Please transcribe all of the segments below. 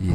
以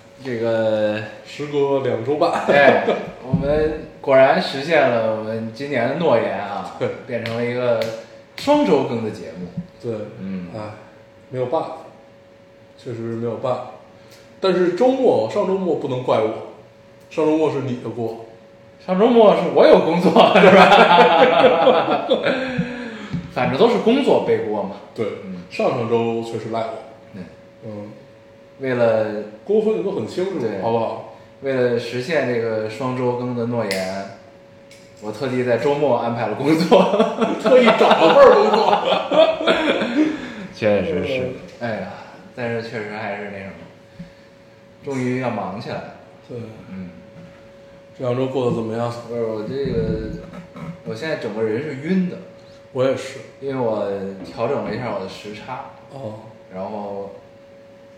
这个，时隔两周半，哎，我们果然实现了我们今年的诺言啊对，变成了一个双周更的节目。 对，嗯哎，没有办法，确实是没有办法。但是周末，上周末不能怪我，上周末是你的锅，上周末是我有工作， 是吧？ 反正都是工作背锅嘛。对，嗯上上周确实赖我，对，嗯，为了锅分的都很清楚对，好不好？为了实现这个双周更的诺言，我特地在周末安排了工作。特意找了份儿工作， 确实是，哎呀，但是确实还是那什么，终于要忙起来了。对，嗯，这两周过得怎么样？不是我这个，我现在整个人是晕的，我也是，因为我调整了一下我的时差，哦，然后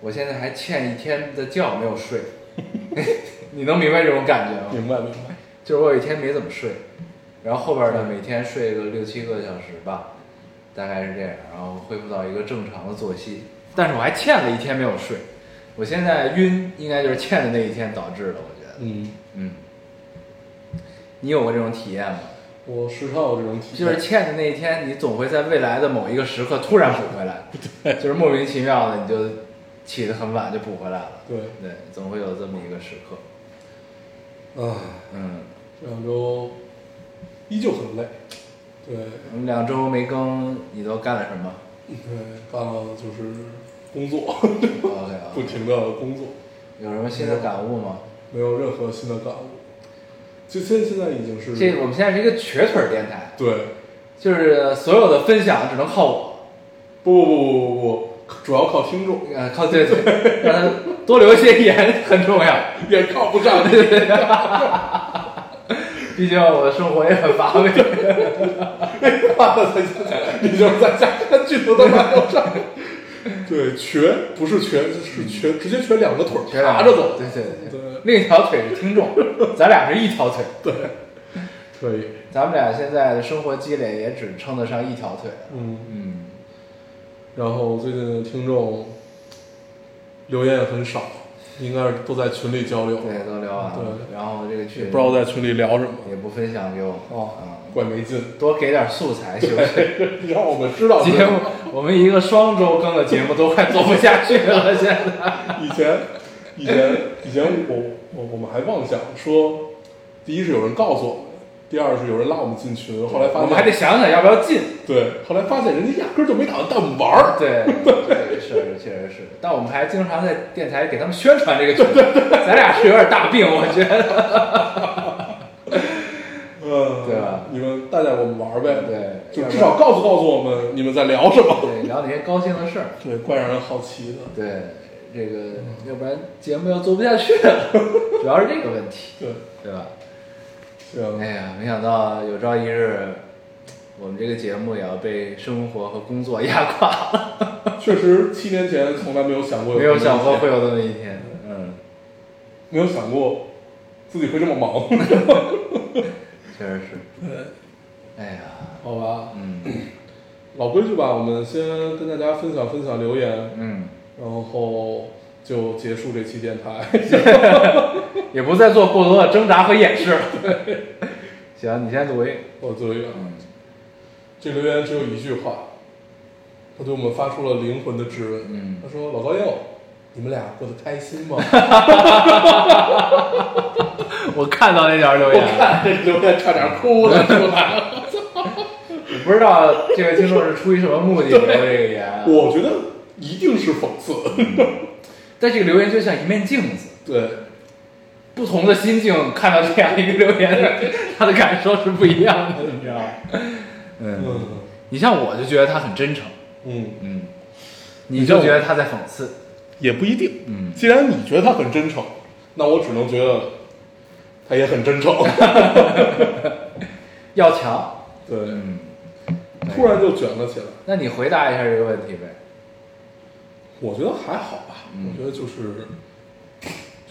我现在还欠一天的觉没有睡， 你能明白这种感觉吗？明白明白，就是我有一天没怎么睡，然后后边呢每天睡个六七个小时吧，大概是这样，然后恢复到一个正常的作息。但是我还欠了一天没有睡，我现在晕应该就是欠的那一天导致的，我觉得。嗯，嗯，你有过这种体验吗？我时常有这种体就验，是欠的那一天，你总会在未来的某一个时刻突然补回来，就是莫名其妙的你就起得很晚就补回来了。对，对，总会有这么一个时刻。唉。嗯，啊这两周依旧很累，对，我们两周没更，你都干了什么对，干了就是工作， ？OK 啊，不停的工作，有什么新的感悟吗？没有任何新的感悟。就现现在已经是这我们现在是一个瘸腿儿电台，对，就是所有的分享只能靠我，不不不不不不，主要靠听众，呃，靠对对，让他多留些言很重要。也靠不上你。毕竟我的生活也很乏味，完了，在家，你就是在家看剧都他妈都上。对，瘸不是瘸，是瘸，直接瘸两个腿儿，瘸两爬个着走。对对对，对，另一条腿是听众，咱俩是一条腿。可以，咱们俩现在的生活积累也只称得上一条腿了。嗯。嗯，然后最近的听众留言也很少，应该是都在群里交流，对，都聊完了。然后这个也群不知道在群里聊什么。也不分享给我们，哦嗯，怪没劲， 多给点素材行不行？让我们知道 节目，我们一个双周更的节目都快做不下去了，现在。以前，以前，以前我我我们还妄想说，第一是有人告诉我们，第二是有人拉我们进群， 后来发现我们还得想想要不要 进。对，后来发现人家压根儿就没打算带我们玩儿，对，这个事确实是，但我们还经常在电台给他们宣传这个群，咱俩是有点大病，我觉 得。嗯，对吧？你们带带我们玩儿呗，对就要不然至少告诉告诉我们你们在聊什么，对，聊那些高兴的事儿。对，怪让人好奇的，对，这个嗯要不然节目要做不下去了， 主要是这个问题，对，对吧？行，哎呀，没想到有朝一日，我们这个节目也要被生活和工作压垮了。确实，七年前从来没有想过，没有想过会，有这么一天，嗯，没有想过自己会这么忙。 确实是。哎呀，好吧，嗯老规矩吧，我们先跟大家分享分享留言，嗯，然后就结束这期电台。 也不再做过多的挣扎和掩饰了。 行，你先读一个。我作为嗯，这留言只有一句话，他对我们发出了灵魂的质问。嗯他说：“老高佑，你们俩过得开心吗？”我看到那条留 我言了，看这留言差点哭了出来。我不知道这位听众是出于什么目的留的这个言。 啊我觉得一定是讽刺。 但这个留言就像一面镜子，对，不同的心境看到这样一个留言， 他的感受是不一样的，你知道吗？嗯，嗯你像我就觉得他很真诚，嗯，嗯，你就觉得他在讽刺，也不一定。嗯既然你觉得他很真诚，那我只能觉得他也很真诚。要强。 对，嗯，突然就卷了起来。那你回答一下这个问题呗。我觉得还好吧，嗯我觉得就是，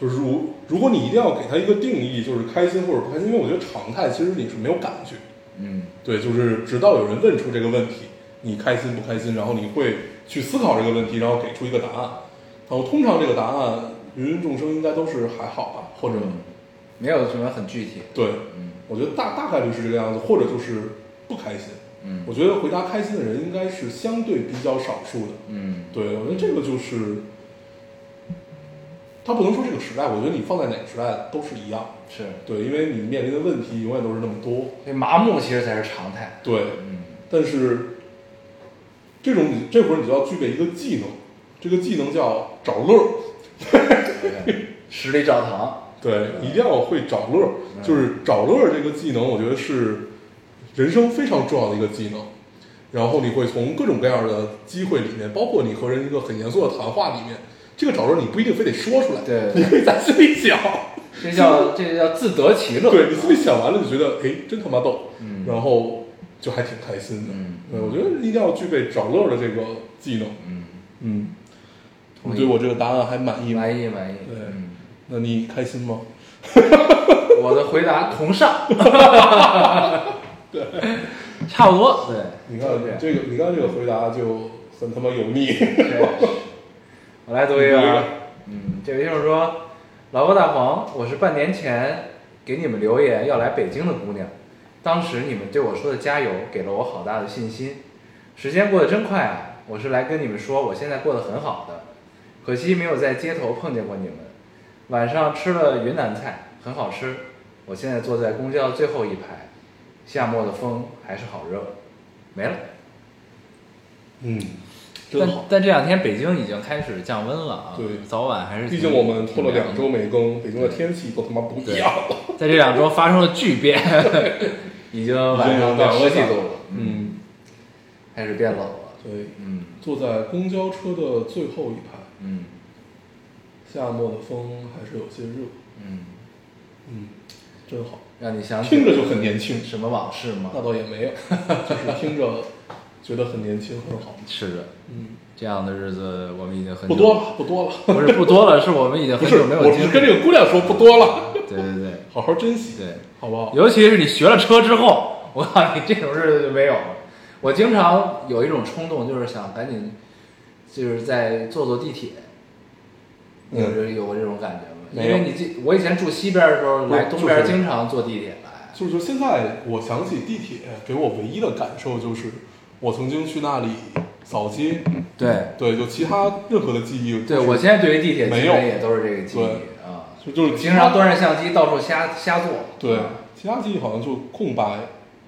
就是如如果你一定要给他一个定义，就是开心或者不开心，因为我觉得常态其实你是没有感觉，嗯对，就是直到有人问出这个问题，你开心不开心，然后你会去思考这个问题，然后给出一个答案，然后通常这个答案芸芸众生应该都是还好吧，或者、嗯没有什么很具体。对，嗯我觉得大大概率是这个样子，或者就是不开心。嗯我觉得回答开心的人应该是相对比较少数的，嗯对，我觉得这个就是，它不能说这个时代，我觉得你放在哪个时代都是一样。是，对，因为你面临的问题永远都是那么多。这麻木其实才是常态。对，嗯但是这种你这会儿你就要具备一个技能，这个技能叫找乐儿。对十里澡堂。对，你一定要会找乐儿，就是找乐儿这个技能，我觉得是人生非常重要的一个技能。然后你会从各种各样的机会里面，包括你和人一个很严肃的谈话里面，这个找乐儿你不一定非得说出来，对你可以在心里想。这叫这叫自得其乐。 对你心里想完了，你觉得哎，真他妈逗，嗯然后就还挺开心的。嗯对，我觉得一定要具备找乐儿的这个技能。嗯，嗯，同意你对我这个答案还满意吗？满意满意。对嗯那你开心吗？ 我的回答同上。 对，差不多。对，你就看是这样嗯这个，你刚才这个回答就很他妈油腻。我来读一个你读一啊个，嗯，这位听众说，老高大黄，我是半年前给你们留言要来北京的姑娘，当时你们对我说的加油，给了我好大的信心。时间过得真快啊！我是来跟你们说，我现在过得很好的，可惜没有在街头碰见过你们。晚上吃了云南菜，很好吃。我现在坐在公交最后一排，夏末的风还是好热，没了。嗯，真但好。但这两天北京已经开始降温了啊，对早晚还是挺毕竟我们拖了两周没更，北京的天气都他妈不一样了。在这两周发生了巨 变。已经晚上两个季度了，嗯，开始变冷了。对，嗯坐在公交车的最后一排，嗯夏末的风还是有些热。嗯，嗯，真好，让你想起听着就很嗯年轻。什么往事吗？那倒也没有，就是听着觉得很年轻，很好。是的，嗯，这样的日子我们已经很久不多，了，不多了。不是不多了，是我们已经不很是，久没有我不经是历。跟这个姑娘说不多了，对对对好好珍惜，对，好不好？尤其是你学了车之后， 我告诉你，这种日子就没有了。我经常有一种冲动，就是想赶紧，就是再坐坐地铁。你有这有过这种感觉吗？嗯没因有为你这我以前住西边的时候，不是来东边就是经常坐地铁来。就是说，现在我想起地铁给我唯一的感受就是，我曾经去那里扫街，对对，就其他任何的记忆，对，我现在对于地铁没基有本也都是这个记忆啊。就就是其经他常嗯端着相机到处瞎瞎坐。啊对其他记忆好像就空白，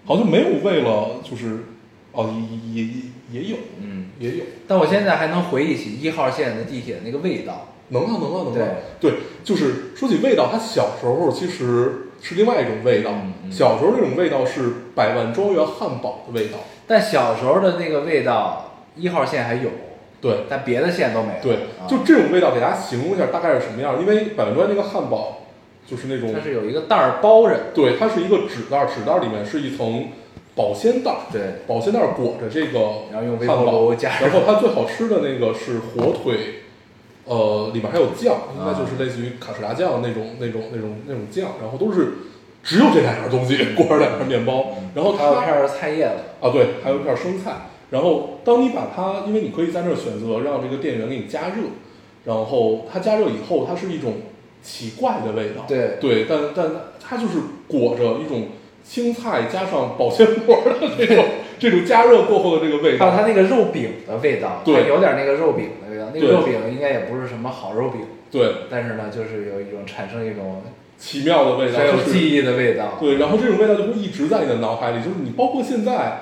好像没有为了就是哦也也也也有嗯，也有但我现在还能回忆起一号线的地铁那个味道。能啊能啊能啊，对，就是说起味道，它小时候其实是另外一种味道，嗯嗯小时候这种味道是百万庄园汉堡的味道，但小时候的那个味道，一号线还有，对。但别的线都没有。对，啊、就这种味道，给大家形容一下大概是什么样儿？因为百万庄园那个汉堡就是那种它，是有一个袋儿包着。对，它是一个纸袋儿，纸袋儿里面是一层保鲜袋儿，对，保鲜袋儿裹着这个然后用微汉波堡炉，加热然后它最好吃的那个是火腿，呃，里面还有酱，啊应该就是类似于卡士达酱那种那种那种那种酱，然后都是只有这两样东西，嗯 裹着两片面包，然后还有它片儿菜叶子。啊，对，还有一片生菜。然后当你把它，因为你可以在那儿选择让这个店员给你加热，然后它加热以后，它是一种奇怪的味道。对对，但但它就是裹着一种青菜加上保鲜膜的这种这种加热过后的这个味还有道。它那个肉饼的味道，对它有点那个肉饼的味道。那个对肉饼应该也不是什么好肉饼，对，但是呢，就是有一种产生一种奇妙的味道，很有就是记忆的味道。对，然后这种味道就会一直在你的脑海里，就是你包括现在，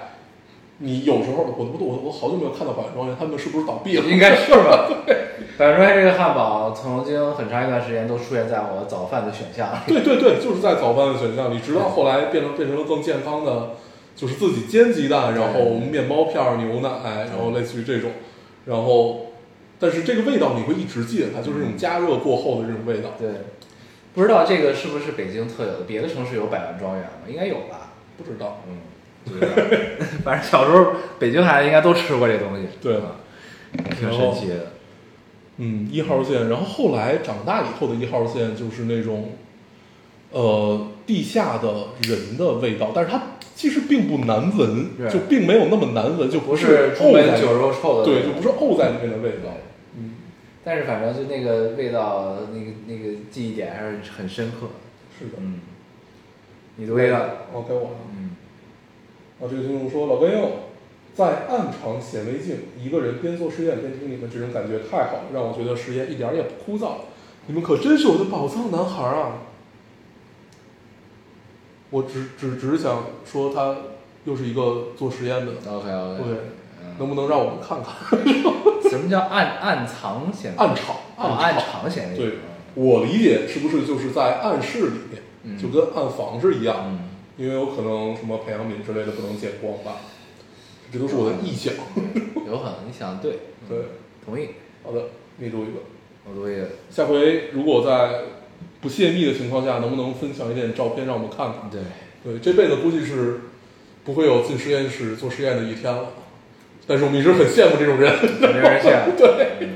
你有时候我我我我好久没有看到百万庄园，他们是不是倒闭了？应该是吧？ 百万这个汉堡曾经很长一段时间都出现在我早饭的选项里。对对对，就是在早饭的选项里，直到后来变成变成了更健康的，就是自己煎鸡蛋，然后面包片儿、牛奶，然后类似于这种，然后，但是这个味道你会一直记得它，就是这种加热过后的这种味道。对，不知道这个是不是北京特有的？别的城市有百万庄园吗？应该有吧？不知道，嗯，不知道 反正小时候北京孩子应该都吃过这东西，对啊，挺神奇的。嗯，一号线，然后后来长大以后的一号线就是那种，呃，地下的人的味道，但是它其实并不难闻，对就并没有那么难闻，就不是是出沤在门里酒肉臭的，对，就不是沤在里面的味道。但是反正就那个味道，那个那个记忆点还是很深刻。是的，嗯，你读一个，哦，该我了。嗯，啊，这个听众说，老根佑在暗场显微镜，一个人边做实验边听你们，这种感觉太好了，让我觉得实验一点儿也不枯燥。你们可真是我的宝藏男孩儿啊！我只只只是想说，他又是一个做实验的， OK OK，对能嗯，不能让我们看看什么叫暗暗藏显微暗场？哦暗暗藏显微镜对，我理解是不是就是在暗室里面，嗯就跟暗房是一样，嗯，因为有可能什么培养皿之类的不能见光吧？这都是我的臆想。有可能你想的对，嗯对，同意。好的，你读一个。我读一个，下回如果在不泄密的情况下，能不能分享一点照片让我们看看？对，对，这辈子估计是不会有进实验室做实验的一天了。但是我们一直很羡慕这种人。 没人信。 对，嗯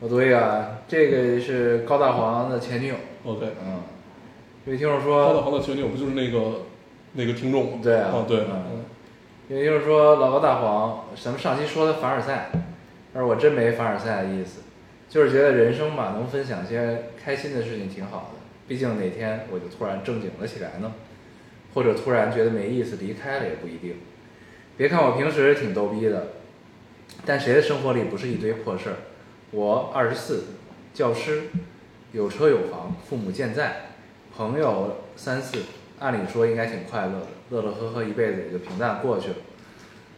我读一个，啊，这个是高大黄的前女友， OK，嗯，这位听众他说的。好的前女友不就是那个那个听众吗？对啊啊，对，嗯也就是说，老高大黄，咱们上期说的凡尔赛，但是我真没凡尔赛的意思，就是觉得人生吧，能分享些开心的事情挺好的。毕竟哪天我就突然正经了起来呢，或者突然觉得没意思离开了也不一定。别看我平时挺逗逼的，但谁的生活里不是一堆破事儿？我二十四，教师，有车有房，父母健在，朋友三四，按理说应该挺快乐的，乐乐呵呵一辈子也就平淡过去了。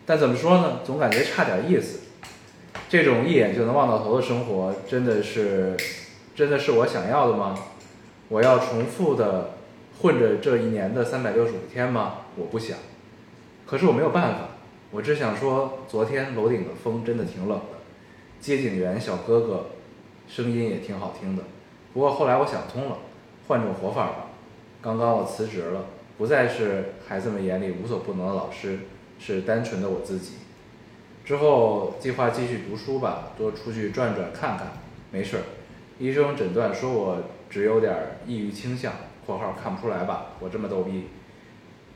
但怎么说呢，总感觉差点意思。这种一眼就能望到头的生活，真的是，真的是我想要的吗？我要重复的混着这一年的三百六十五天吗？我不想。可是我没有办法，我只想说，昨天楼顶的风真的挺冷的，接警员小哥哥声音也挺好听的。不过后来我想通了，换种活法吧。刚刚我辞职了，不再是孩子们眼里无所不能的老师，是单纯的我自己。之后计划继续读书吧，多出去转转看看。没事儿，医生诊断说我只有点儿抑郁倾向（括号看不出来吧，我这么逗逼）。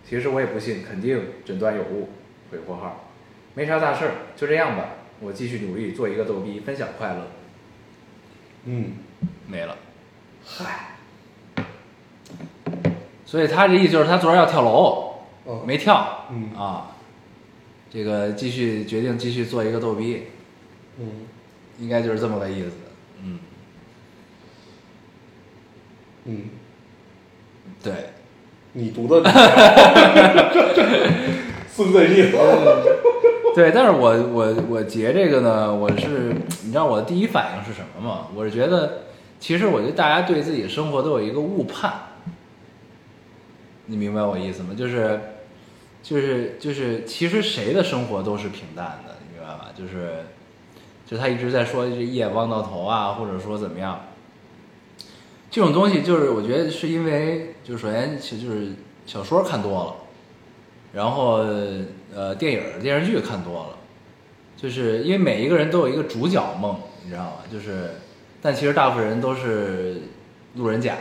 其实我也不信，肯定诊断有误。回括号，没啥大事儿，就这样吧。我继续努力，做一个逗逼，分享快乐。嗯，没了。嗨，所以他这意思就是他昨儿要跳楼，哦没跳，嗯啊，这个继续决定继续做一个逗逼，嗯应该就是这么个意思。嗯，嗯，对，你读的 孙子译， 对，但是我我我截这个呢，我是你知道我的第一反应是什么吗？我是觉得，其实我觉得大家对自己生活都有一个误判，你明白我意思吗？就是，就是就是，其实谁的生活都是平淡的，你明白吧？就是，就他一直在说这一眼望到头啊，或者说怎么样，这种东西就是我觉得是因为，就首先其实就是小说看多了。然后呃，电影儿、电视剧看多了，就是因为每一个人都有一个主角梦，你知道吗？就是，但其实大部分人都是路人甲。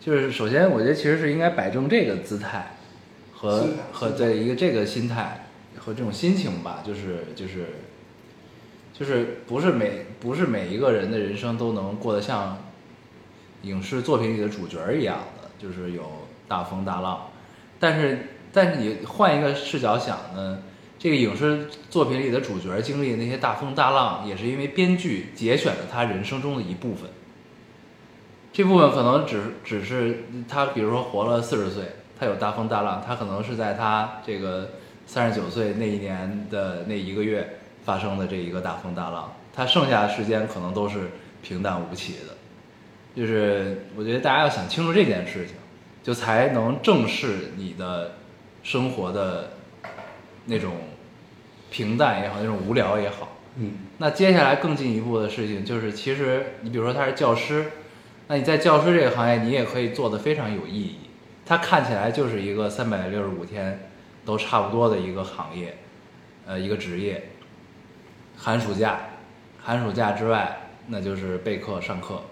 就是首先，我觉得其实是应该摆正这个姿态和心态和对一个这个心态和这种心情吧，就是就是就是不是每不是每一个人的人生都能过得像影视作品里的主角儿一样的，就是有大风大浪。但是，但是你换一个视角想呢，这个影视作品里的主角经历那些大风大浪，也是因为编剧节选了他人生中的一部分。这部分可能只只是他，比如说活了四十岁，他有大风大浪，他可能是在他这个三十九岁那一年的那一个月发生的这一个大风大浪，他剩下的时间可能都是平淡无奇的。就是我觉得大家要想清楚这件事情，就才能正视你的生活的那种平淡也好，那种无聊也好。嗯那接下来更进一步的事情就是，其实你比如说他是教师，那你在教师这个行业，你也可以做得非常有意义。它看起来就是一个三百六十五天都差不多的一个行业，呃，一个职业。寒暑假，寒暑假之外，那就是备课、上课，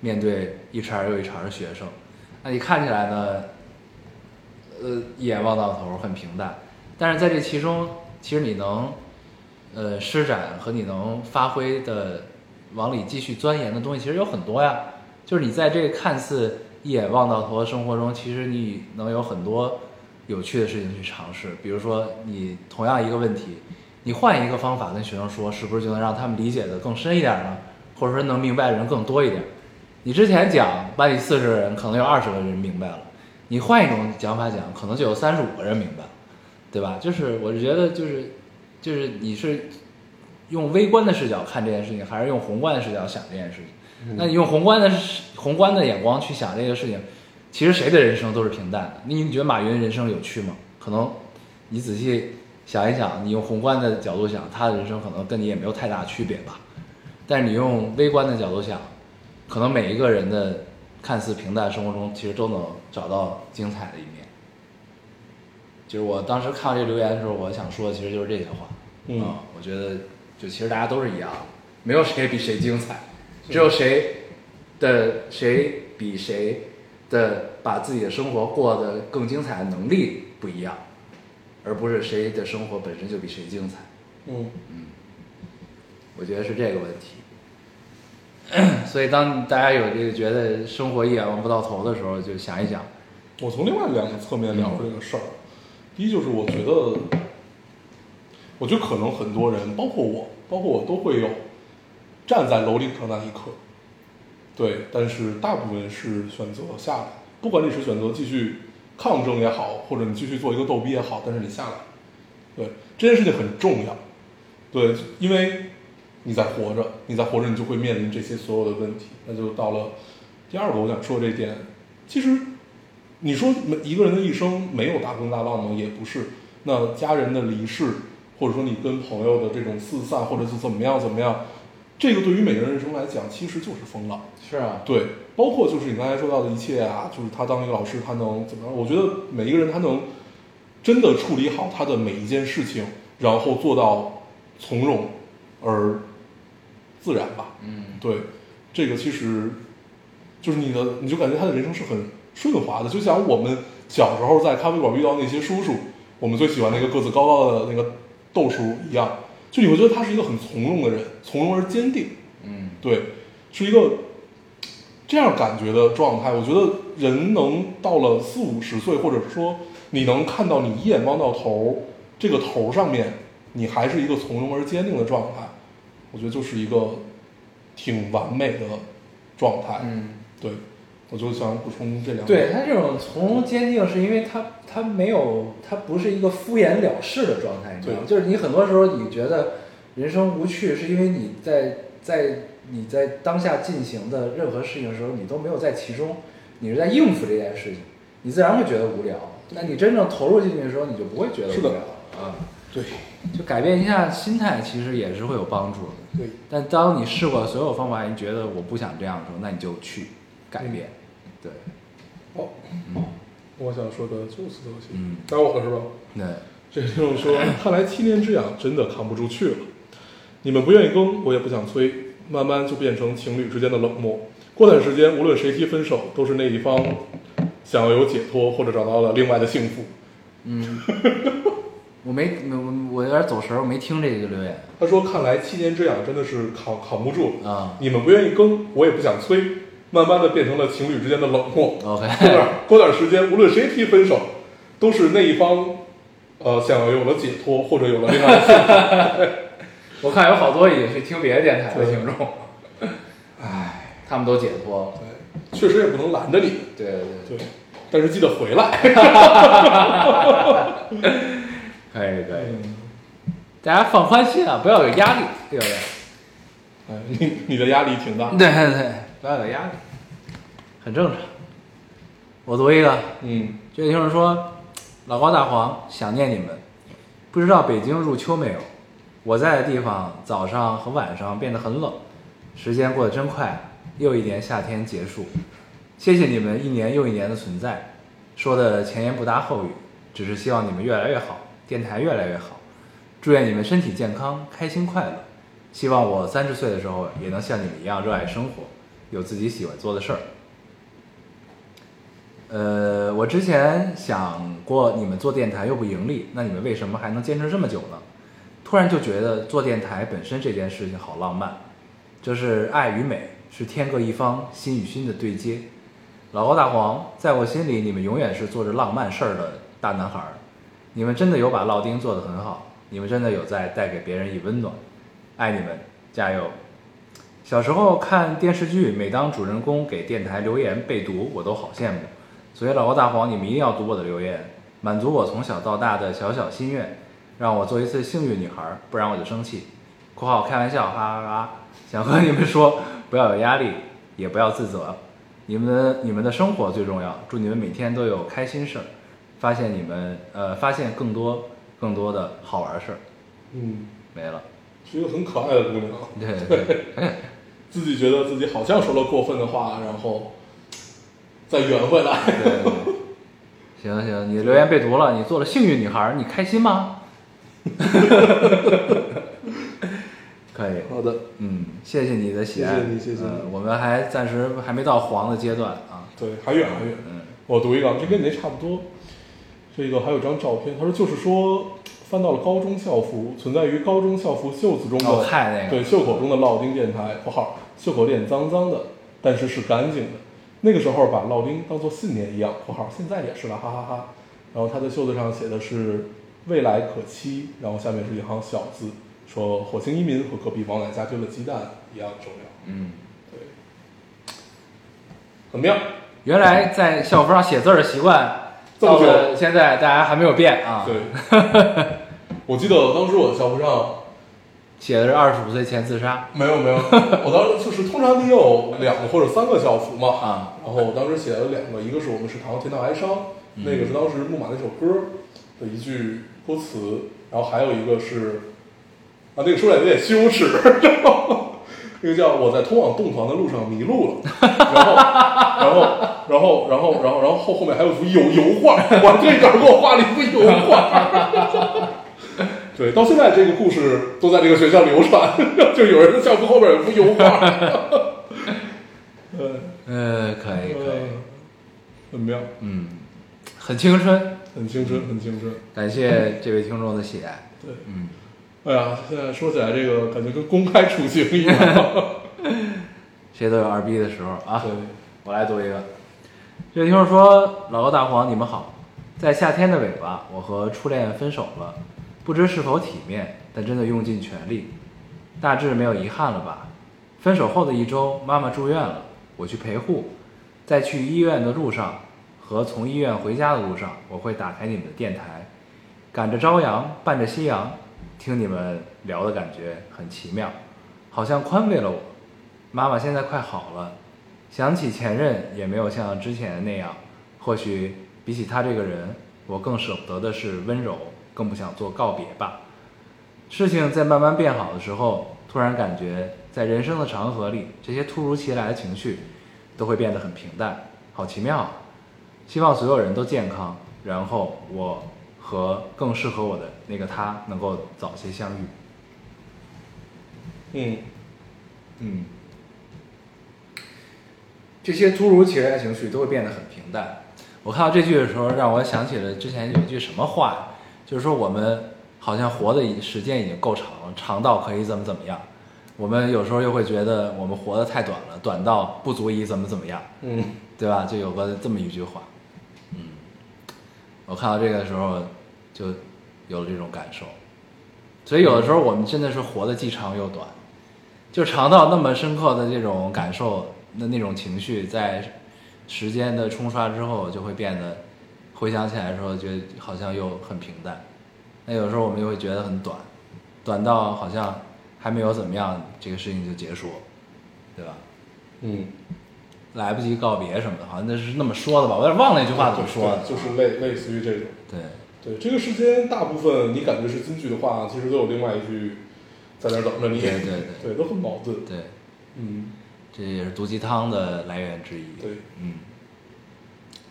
面对一茬儿又一茬儿的学生。那你看起来呢，呃，一眼望到头儿，很平淡。但是在这其中，其实你能，呃，施展和你能发挥的，往里继续钻研的东西，其实有很多呀。就是你在这个看似一眼望到头的生活中，其实你能有很多有趣的事情去尝试。比如说，你同样一个问题，你换一个方法跟学生说，是不是就能让他们理解的更深一点呢？或者说能明白的人更多一点？你之前讲班里四十个人，可能有二十个人明白了；你换一种讲法讲，可能就有三十五个人明白了，对吧？就是我是觉得，就是就是你是用微观的视角看这件事情，还是用宏观的视角想这件事情？那你用宏观的视宏观的眼光去想这个事情，其实谁的人生都是平淡的。你你觉得马云人生有趣吗？可能你仔细想一想，你用宏观的角度想，他的人生可能跟你也没有太大区别吧。但是你用微观的角度想，可能每一个人的看似平淡生活中，其实都能找到精彩的一面。就是我当时看到这留言的时候，我想说的其实就是这些话。啊嗯我觉得就其实大家都是一样的，没有谁比谁精彩，只有谁的谁比谁的把自己的生活过得更精彩的能力不一样，而不是谁的生活本身就比谁精彩。嗯，我觉得是这个问题。 所以当大家有这个觉得生活一眼望不到头的时候，就想一想，我从另外两个侧面聊这个事儿。第一就是我觉得，我觉得可能很多人，包括我，包括我都会有站在楼顶上那一刻，对，但是大部分是选择下来，不管你是选择继续抗争也好，或者你继续做一个逗逼也好，但是你下来，对这件事情很重要，对，因为你在活着，你在活着，你就会面临这些所有的问题，那就到了第二个我想说这一点，其实你说每一个人的一生没有大风大浪吗？也不是。那家人的离世，或者说你跟朋友的这种四散，或者是怎么样怎么样，这个对于每个人人生来讲，其实就是风浪。是啊，对，包括就是你刚才说到的一切啊，就是他当一个老师，他能怎么样？我觉得每一个人他能真的处理好他的每一件事情，然后做到从容而自然吧。嗯，对，这个其实就是你的，你就感觉他的人生是很顺滑的，就像我们小时候在咖啡馆遇到那些叔叔，我们最喜欢那个个子高高的那个豆叔一样，就你会觉得他是一个很从容的人，从容而坚定。嗯，对，是一个这样感觉的状态。我觉得人能到了四五十岁，或者说你能看到你一眼望到头儿这个头儿上面，你还是一个从容而坚定的状态，我觉得就是一个挺完美的状态。嗯，对，我就想补充这两点。对他这种从容坚定，是因为他他没有他不是一个敷衍了事的状态，你知道吗？就是你很多时候你觉得人生无趣，是因为你在在你在当下进行的任何事情的时候，你都没有在其中，你是在应付这件事情，你自然会觉得无聊。那你真正投入进去的时候，你就不会觉得是无的聊了啊。对就改变一下心态，其实也是会有帮助的。对，但当你试过所有方法，你觉得我不想这样的时候，那你就去改变。嗯对，好，我想说的就是这些。嗯，该我了是吧？那这个听众说：“看来七年之痒真的扛不住去了。你们不愿意更，我也不想催，慢慢就变成情侣之间的冷漠。过段时间，无论谁提分手，都是那一方想要有解脱，或者找到了另外的幸福。嗯，我没我我有点走神儿，我没听这个留言”他说：“看来七年之痒真的是扛扛不住了。啊。你们不愿意更，我也不想催，慢慢的变成了情侣之间的冷漠。 OK，过段过段时间，无论谁提分手，都是那一方呃想要有了解脱，或者有了另外的幸福。” 我看有好多已经去听别的电台的听众，哎，他们都解脱了。对， 确实也不能拦着你。对对对，对，但是记得回来。 可以可以，嗯大家放宽心啊，不要有压力，对不对？哎，你你的压力挺大。对对对，不要有压力，很正常。我读一个，嗯这位听众说：“老高、大黄，想念你们。不知道北京入秋没有？我在的地方早上和晚上变得很冷，时间过得真快，又一年夏天结束。谢谢你们一年又一年的存在，说的前言不搭后语，只是希望你们越来越好，电台越来越好，祝愿你们身体健康，开心快乐。希望我三十岁的时候也能像你们一样热爱生活，有自己喜欢做的事儿。呃，我之前想过，你们做电台又不盈利，那你们为什么还能坚持这么久呢？突然就觉得做电台本身这件事情好浪漫，就是爱与美是天各一方，心与心的对接。老高大黄，在我心里，你们永远是做着浪漫事儿的大男孩儿，你们真的有把烙丁做得很好，你们真的有在带给别人以温暖，爱你们，加油！小时候看电视剧，每当主人公给电台留言被读，我都好羡慕。所以老高大黄，你们一定要读我的留言，满足我从小到大的小小心愿，让我做一次幸运女孩儿，不然我就生气。 （括号开玩笑，哈哈哈！）想和你们说，不要有压力，也不要自责，你们的你们的生活最重要。祝你们每天都有开心事儿，发现你们呃发现更多更多的好玩儿事儿。嗯，没了。 是一个很可爱的姑娘，对对，自己觉得自己好像说了过分的话，然后再圆回来。 行行，你留言被读了，你做了幸运女孩儿，你开心 吗？可以，好的，嗯，谢谢你的喜爱，谢谢你谢谢你呃我们还暂时还没到黄的阶段啊，对，还远还远。嗯，我读一个，这跟你那差不多。这个还有张照片，他说就是说翻到了高中校服，存在于高中校服袖子中的、哦看那个对袖口中的烙丁电台（括号袖口店脏脏的，但是是干净的）。那个时候把烙丁当做信念一样（括号现在也是了，哈哈哈然后他的袖子上写的是“未来可期”，然后下面是一行小字，说火星移民和隔壁王奶家丢的鸡蛋一样重要。嗯，对，很妙。原来在校服上写字儿的习惯，这么到久了现在大家还没有变啊，对，我记得当时我的校服上写的是二十五岁前自杀，没有没有，我当时就是通常你有两个或者三个校服嘛，啊然后我当时写了两个，一个是我们食堂甜到哀伤，那个是当时木马那首歌的一句歌词，然后还有一个是啊，那个说起来有点羞耻， 然后那个叫我在通往洞房的路上迷路了，然后 然后然后然后然后然后后后面还有幅油油画， 我队长给我画了一幅油画。对，到现在这个故事都在这个学校流传， 就有人的校服后边有幅油画。 呃，呃，可以可以，很妙，嗯，很青春，很青春，很青春。感谢这位听众的喜爱，对，嗯，哎呀，现在说起来这个感觉跟公开处刑一样。 谁都有二逼的时候啊，对，我来读一个。这位听众说：“老高大黄，你们好，在夏天的尾巴，我和初恋分手了，不知是否体面，但真的用尽全力，大致没有遗憾了吧。分手后的一周，妈妈住院了，我去陪护，在去医院的路上和从医院回家的路上，我会打开你们的电台，赶着朝阳，伴着夕阳，听你们聊的感觉很奇妙，好像宽慰了我。妈妈现在快好了，想起前任也没有像之前那样，或许比起他这个人，我更舍不得的是温柔，更不想做告别吧。事情在慢慢变好的时候，突然感觉在人生的长河里，这些突如其来的情绪都会变得很平淡，好奇妙啊！希望所有人都健康，然后我和更适合我的那个他能够早些相遇。嗯，嗯，这些突如其来的情绪都会变得很平淡。我看到这句的时候，让我想起了之前有一句什么话，就是说我们好像活的已时间已经够长了，长到可以怎么怎么样。我们有时候又会觉得我们活得太短了，短到不足以怎么怎么样，嗯，对吧？就有个这么一句话。嗯，我看到这个的时候就有了这种感受。所以有的时候我们真的是活得既长又短。就尝到那么深刻的这种感受，那那种情绪，在时间的冲刷之后，就会变得回想起来的时候，觉得好像又很平淡。那有时候我们又会觉得很短，短到好像还没有怎么样，这个事情就结束，对吧？嗯，来不及告别什么的，好像那是那么说的吧？我有点忘了那句话怎么说的。就是类类似于这种。对，对，这个世间大部分你感觉是金句的话，其实都有另外一句在那儿等着你。对对对对，都很矛盾。对，嗯，这也是毒鸡汤的来源之一。对，嗯，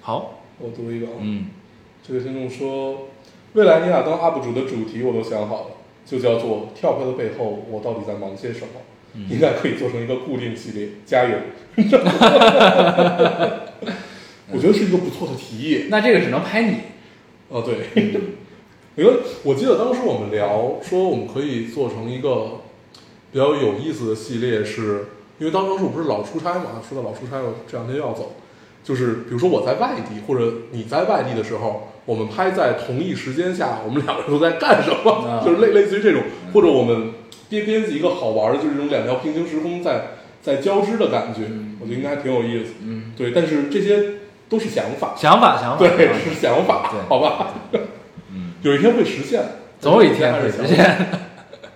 好，我读一个啊，嗯，这位听众说，未来你俩当 UP 主的主题我都想好了，就叫做“跳票的背后，我到底在忙些什么”，应该可以做成一个固定系列。加油！我觉得是一个不错的提议。那这个只能拍你，哦，对， 因为我记得当时我们聊说，我们可以做成一个比较有意思的系列是，因为当当时我不是老出差嘛，说到老出差，我这两天又要走，就是比如说我在外地或者你在外地的时候，我们拍在同一时间下，我们两个人都在干什么，啊嗯就是类类似于这种，或者我们编编辑一个好玩的，就是这种两条平行时空在在交织的感觉，我觉得应该挺有意思。嗯，对，但是这些都是想法，想法想法，对，想法是想法，啊对好吧？嗯， 有一天会实现，总有一天会实但是现在还是想法。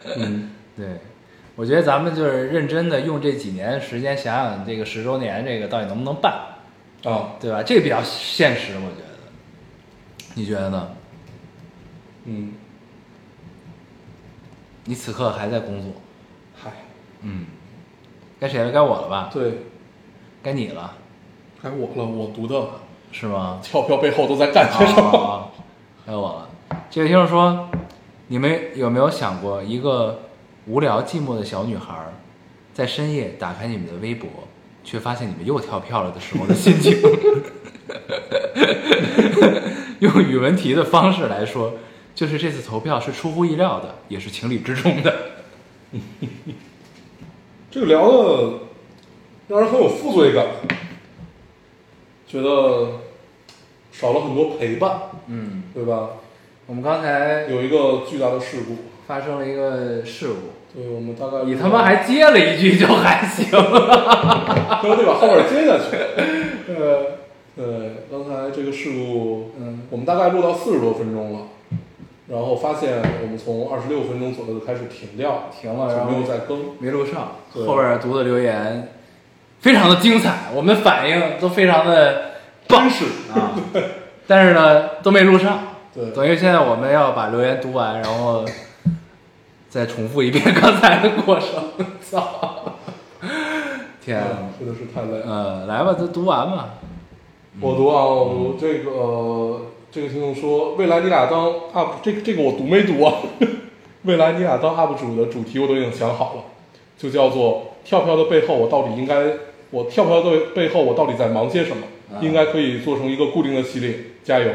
现。嗯， 对，我觉得咱们就是认真的用这几年时间想想这个十周年这个到底能不能办， 啊，对吧？这个比较现实，我觉得。你觉得呢？嗯，你此刻还在工作，嗨，嗯，该谁了？该我了吧？对，该你了，该我了，我读的是吗？跳票背后都在干些什么？啊，该我了。这位听众说，你们有没有想过，一个无聊寂寞的小女孩儿，在深夜打开你们的微博，却发现你们又跳票了的时候的心情？ 用语文题的方式来说，就是这次投票是出乎意料的，也是情理之中的。这个聊的让人很有负罪感，觉得少了很多陪伴，嗯，对吧？我们刚才有一个巨大的事故，发生了一个事故，对我们大概你他妈还接了一句就还行， 刚得把后面接下去。呃， 对，刚才这个事故，嗯，我们大概录到四十多分钟了，然后发现我们从二十六分钟左右就开始停掉，停了，然就没有后再更。没录上，对后边读的留言非常的精彩，我们反应都非常的棒实啊， 但是呢都没录上，对，等于现在我们要把留言读完，然后再重复一遍刚才的过程， 操！天啊，嗯真的是太累了。呃，来吧，都读完吧。我读啊，我读这个、呃这个听众说，未来你俩当 UP，这个这个我读没读啊？ 未来你俩当 UP 主的主题我都已经想好了，就叫做跳票的背后，我到底应该我跳票的背后我到底在忙些什么？应该可以做成一个固定的系列，加油！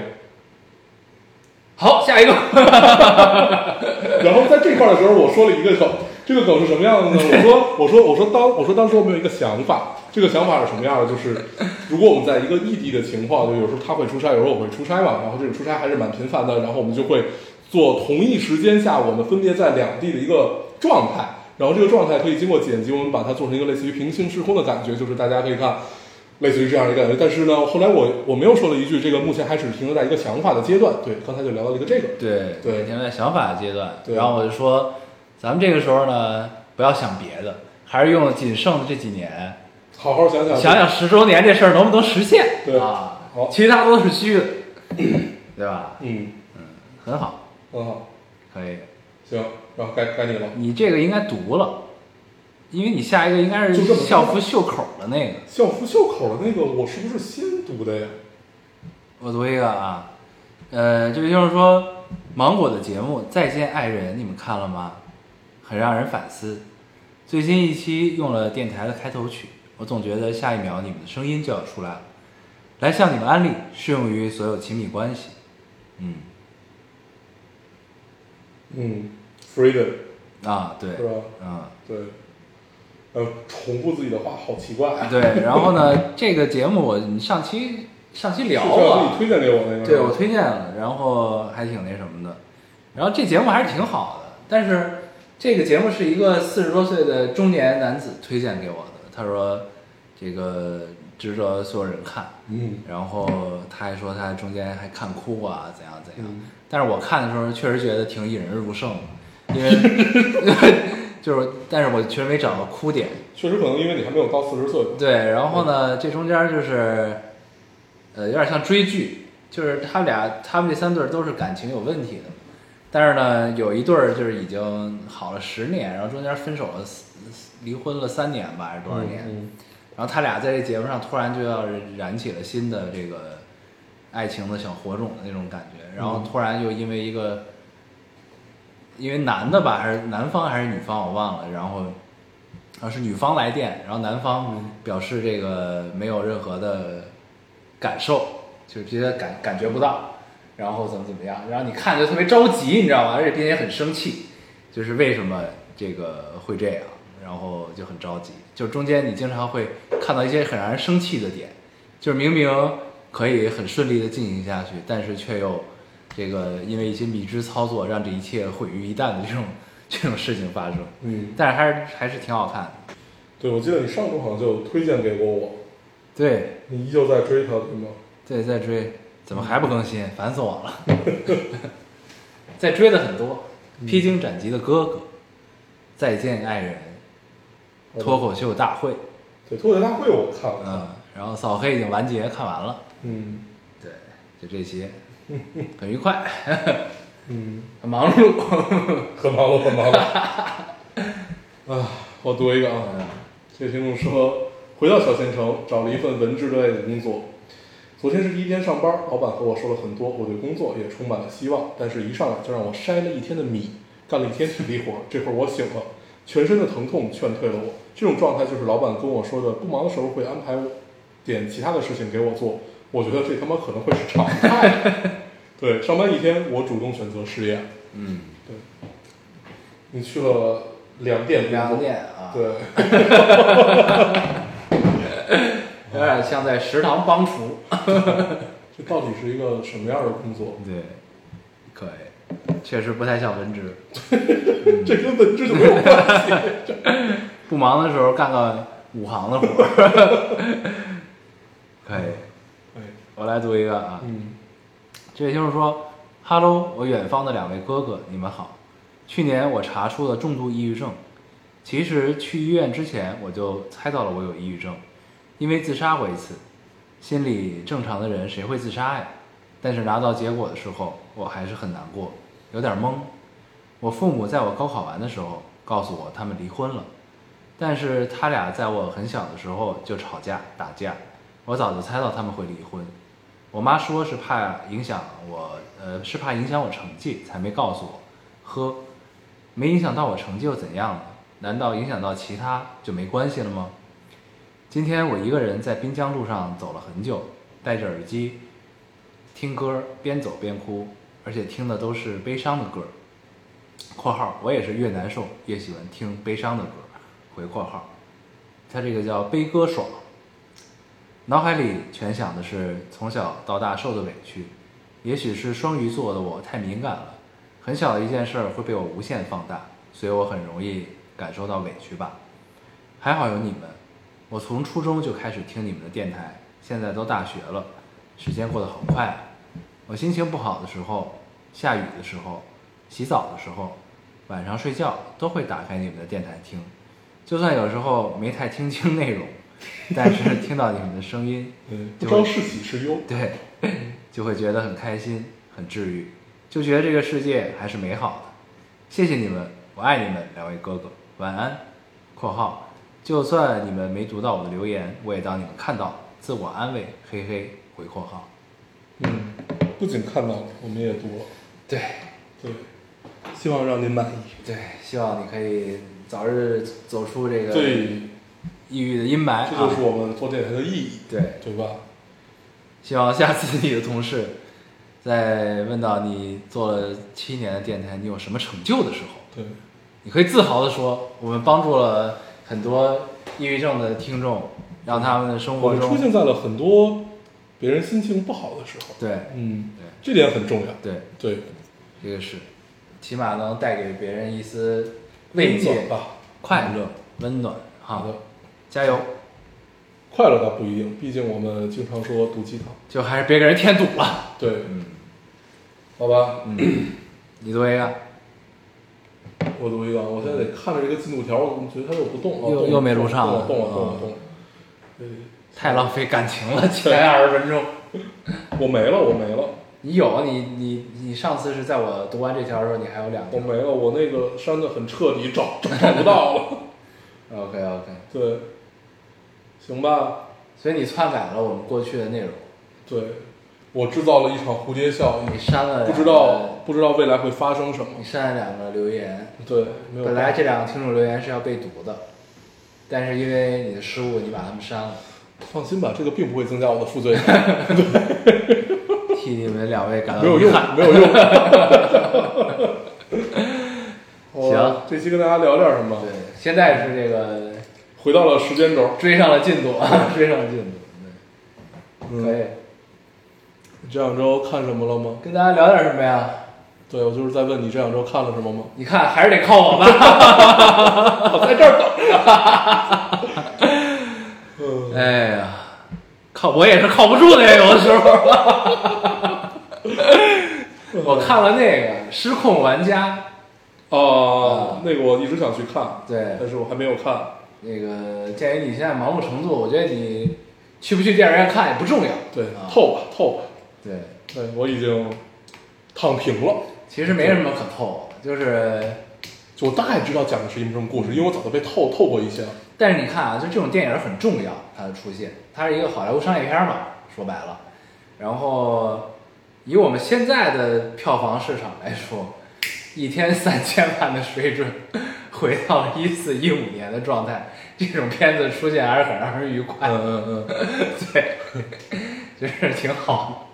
好，下一个， 然后在这块儿的时候，我说了一个梗，这个梗是什么样的呢？我说，我说，我说当我说当时我们有一个想法，这个想法是什么样的？就是 如果我们在一个异地的情况，就有时候他会出差，有时候我会出差嘛，然后这个出差还是蛮频繁的，然后我们就会做同一时间下我们分别在两地的一个状态，然后这个状态可以经过剪辑，我们把它做成一个类似于平行时空的感觉，就是大家可以看。类似于这样的一个感觉，但是呢，后来我我没有说了一句，这个目前还只停留在一个想法的阶段。对，刚才就聊到了一个这个，对对停在想法的阶段。对然后我就说，咱们这个时候呢，不要想别的，还是用仅剩的这几年，好好想想， 想想十周年这事儿能不能实现？啊对啊好，其他都是虚的，对吧？嗯，很好，很好，可以。嗯行，然后该该你了。你这个应该读了，因为你下一个应该就是这么说吧校服袖口的那个。校服袖口的那个，我是不是先读的呀？我读一个啊，呃，这位就是说，芒果的节目《再见爱人》，你们看了吗？很让人反思。最新一期用了电台的开头曲，我总觉得下一秒你们的声音就要出来了。来向你们安利，适用于所有亲密关系。嗯，嗯，freedom 啊，对，是吧嗯。对，呃，重复自己的话好奇怪啊。对，然后呢，这个节目我你上期上期聊是上次了你，推荐给啊我那个，对我推荐了，然后还挺那什么的，然后这节目还是挺好的，但是这个节目是一个四十多岁的中年男子推荐给我的，他说这个值得所有人看，嗯，然后他还说他中间还看哭啊，怎样怎样。嗯但是我看的时候确实觉得挺引人入胜的，因 为就是，但是我确实没找到哭点。确实可能因为你还没有到四十岁，对，然后呢，这中间就是，呃，有点像追剧，就是他们俩，他们这三对儿都是感情有问题的，但是呢，有一对儿就是已经好了十年，然后中间分手了四，离婚了三年吧，还是多少年？嗯然后他俩在这节目上突然就要燃起了新的这个爱情的小火种的那种感觉，然后嗯突然又因为一个，因为男的吧，还是男方还是女方我忘了，然后，然啊后是女方来电，然后男方表示这个没有任何的感受，就是觉得感感觉不到，然后怎么怎么样，然后你看着就特别着急，你知道吗？而且并且很生气，就是为什么这个会这样，然后就很着急。就中间你经常会看到一些很让人生气的点，就是明明可以很顺利的进行下去，但是却又这个因为一些迷之操作，让这一切毁于一旦的这种这种事情发生。嗯，但是还是还是挺好看的。对，我记得你上周好像就推荐给过我，对你依旧在追它，对吗？对，在追，怎么还不更新？烦死我了！ 在追的很多，《披荆斩棘的哥哥》，再见爱人，《脱口秀大会》。对，脱口秀大会我看了，嗯，然后扫黑已经完结，看完了。嗯对，就这些，很愉快，嗯，很忙碌。 很忙碌，很忙碌。啊，我读一个啊，这个听众说，回到小县城找了一份文职类的工作。昨天是第一天上班，老板和我说了很多，我对工作也充满了希望。但是，一上来就让我筛了一天的米，干了一天体力活。这会儿我醒了，全身的疼痛劝退了我。这种状态就是老板跟我说的，不忙的时候会安排点其他的事情给我做。我觉得这他妈可能会是常态。对，上班一天，我主动选择失业。嗯，对，你去了两店工作，两点啊，对。有点像在食堂帮厨。这到底是一个什么样的工 作？对，可以，确实不太像文职。这跟本质就没有关系。不忙的时候干个五行的活儿。可以，哎，我来读一个啊。嗯这位听众说哈喽，我远方的两位哥哥，你们好。去年我查出了重度抑郁症，其实去医院之前我就猜到了我有抑郁症，因为自杀过一次。心理正常的人谁会自杀呀？但是拿到结果的时候，我还是很难过，有点懵。我父母在我高考完的时候告诉我他们离婚了，但是他俩在我很小的时候就吵架打架，我早就猜到他们会离婚。我妈说是怕影响我，呃，是怕影响我成绩才没告诉我。呵，没影响到我成绩又怎样了？难道影响到其他就没关系了吗？今天我一个人在滨江路上走了很久，戴着耳机听歌，边走边哭，而且听的都是悲伤的歌。（括号我也是越难受越喜欢听悲伤的歌。）回括号，他这个叫悲歌爽。脑海里全想的是从小到大受的委屈，也许是双鱼座的我太敏感了，很小的一件事儿会被我无限放大，所以我很容易感受到委屈吧。还好有你们，我从初中就开始听你们的电台，现在都大学了，时间过得好快啊。我心情不好的时候，下雨的时候，洗澡的时候，晚上睡觉都会打开你们的电台听，就算有时候没太听清内容，但是听到你们的声音，嗯，不就招会是喜是忧。 对，就会觉得很开心，很治愈，就觉得这个世界还是美好的。谢谢你们，我爱你们，两位哥哥，晚安。（括号）就算你们没读到我的留言，我也当你们看到了，自我安慰，嘿嘿。回括号。嗯，不仅看到了，我们也读了。对对，希望让您满意。对，希望你可以早日走出这个对，抑郁的阴霾啊这！就是我们做电台的意义，对，对吧？希望下次你的同事在问到你做了七年的电台，你有什么成就的时候，对，你可以自豪地说，我们帮助了很多抑郁症的听众，让他们的生我活们出中现在了很多别人心情不好的时候。对嗯，对这点很重要。对，对，这个是，起码能带给别人一丝慰温藉暖、吧。快乐、温暖。好好的，，加油！快乐倒不一定，毕竟我们经常说毒鸡汤。就还是别给人添堵了。对，嗯，好吧，你啊读一个，我读一个啊，我现在得看着这个进度条，我怎么觉得它又不动了，嗯又动又没录上动了，了动了，动了啊，动了。对，太浪费感情了，前二十分钟。我没了，我没了。你有你你你上次是在我读完这条的时候，你还有两我条。没有，我那个删的很彻底，找找找不到了。 OK OK，对，行吧，所以你篡改了我们过去的内容，对，我制造了一场蝴蝶效你应，删了两个不知道不知道未来会发生什么你。删了两个留言，对，没有本来这两个听众留言是要被读的，但是因为你的失误，你把他们删 了，放心吧，这个并不会增加我的 负罪感，替你们两位感没到有遗用憾。，没 有用。好吧行这期跟大家聊点什么？对，现在是这个回到了时间轴，追上了进度啊，追上了进度，对，可嗯，以你这两周看什么了吗？跟大家聊点什么呀？对，我就是在问你这两周看了什么吗？你看，还是得靠 我吧。我在这儿等着。嗯，哎呀，靠，我也是靠不住的呀，有的时候。 我看了那个《失控玩家哦，那个我一直想去看》，，呃对，但是我还没有看。那个鉴于你现在忙碌程度，我觉得你去不去电影院看也不重要。对啊，透吧，透吧。对，对，我已经躺平了。其实没什么可透的，就是，就我大概知道讲的是一个什么故事，因为我早就被透透过一些了。但是你看啊，就这种电影很重要，它的出现，它是一个好莱坞商业片嘛，说白了，然后以我们现在的票房市场来说，一天三千万的水准，回到了一四一五年的状态，这种片子出现还是很让人愉快的。嗯嗯嗯， 对，就是挺好。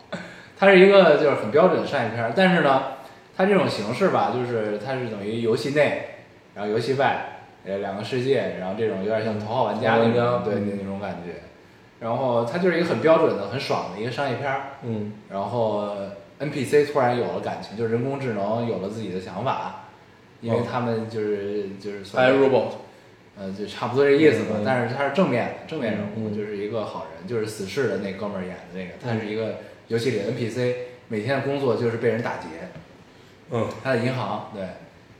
它是一个就是很标准的商业片儿，但是呢，它这种形式吧，就是它是等于游戏内，然后游戏外，呃，两个世界，然后这种有点像头号玩家那头号种玩家嗯对那那种感觉。然后它就是一个很标准的、很爽的一个商业片儿。嗯，然后 NPC 突然有了感情，就是人工智能有了自己的想法，因为哦他们就是就是算 I Robot，呃，就差不多这意思吧。嗯嗯但是他是正面的，正面人物、嗯嗯就是一个好人，就是死侍的那哥们儿演的那个，他是一个游戏里的 NPC，每天的工作就是被人打劫，嗯，他在银行对。